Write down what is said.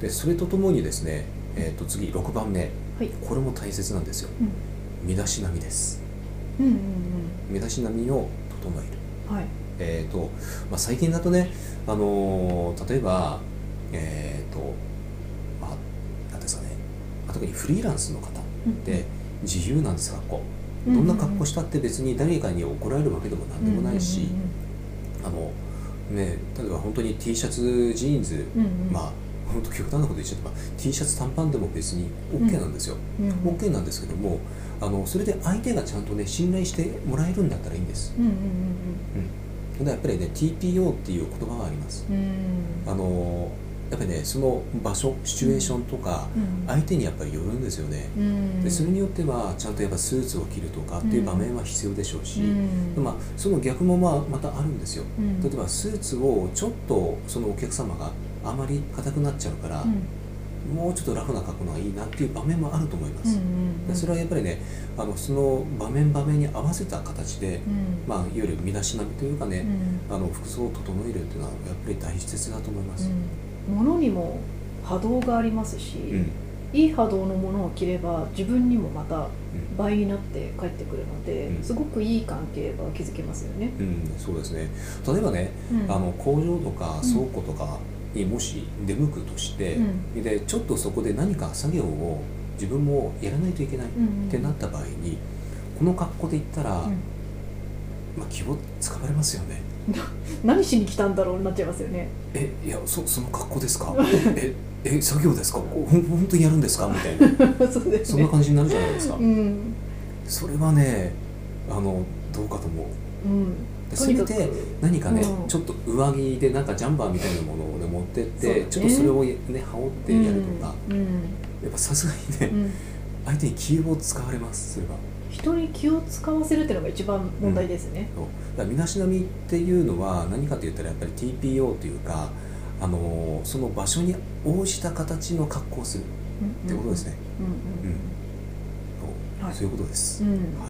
でそれとともにですね、えー、と次6番目はいこれも大切なんですようん身だしなみですうん身だしなみを整えるうんうんはいえーとまあ、最近だとね、あのー例えば、えーとまあ、なんていうんですかね、まあ特にフリーランスの方って自由なんです格好どんな格好したって別に誰かに怒られるわけでも何でもないし、あのね、例えば本当に T シャツジーンズ、うんうんまあ本当極端なこと言っちゃって、まあ、T シャツ短パンでも別に OK なんですよ、うんうん OK なんですけどもあのそれで相手がちゃんとね信頼してもらえるんだったらいいんですうんうんただやっぱりね TPO っていう言葉がありますうんうんうんあのやっぱりねその場所シチュエーションとかうん相手にやっぱりよるんですよねうんでそれによってはちゃんとやっぱスーツを着るとかっていう場面は必要でしょうし、うんまあ、その逆もまあまたあるんですようん例えばスーツをちょっとそのお客様があまり硬くなっちゃうから、うんもうちょっとラフな格好の方がいいなっていう場面もあると思いまうんす、うんうでんそれはやっぱりねあのその場面場面に合わせた形で、うんまあ、いわゆる身だしなみというかね、うんあの服装を整えるっていうのはやっぱり大切だと思います。うん物にも波動がありますし、うんいい波動のものを着れば自分にもまた倍になって帰ってくるので、うんすごくいい関係が築けますよね。うん、そうですね例えばね、うんあの工場とかうん倉庫とかにもし出向くとして、うんでちょっとそこで何か作業を自分もやらないといけないっうんてなった場合にこの格好で行ったら、うんまあ、気を使われますよね何しに来たんだろうになっちゃいます よね。えいやそその格好ですかええ作業ですかほほん本当にやるんですかみたい なそうですそんなね。感じになるじゃないですか、うんそれはねあのどうかと思ううん。でとせにめかくて何かね、うんちょっと上着でなんかジャンバーみたいなものを、ね、持ってって、そうだねちょっとそれをね羽織ってやるとか、うんやっぱさすがうにんね、うん相手に気を使われますそれは人に気を使わせるっていうのが一番問題ですね。そうだから身だしなみっていうのは何かと言ったらやっぱり TPO というか、あのーその場所に応じた形の格好をするうんってことですね、うんうんそうはいそういうことです、うんは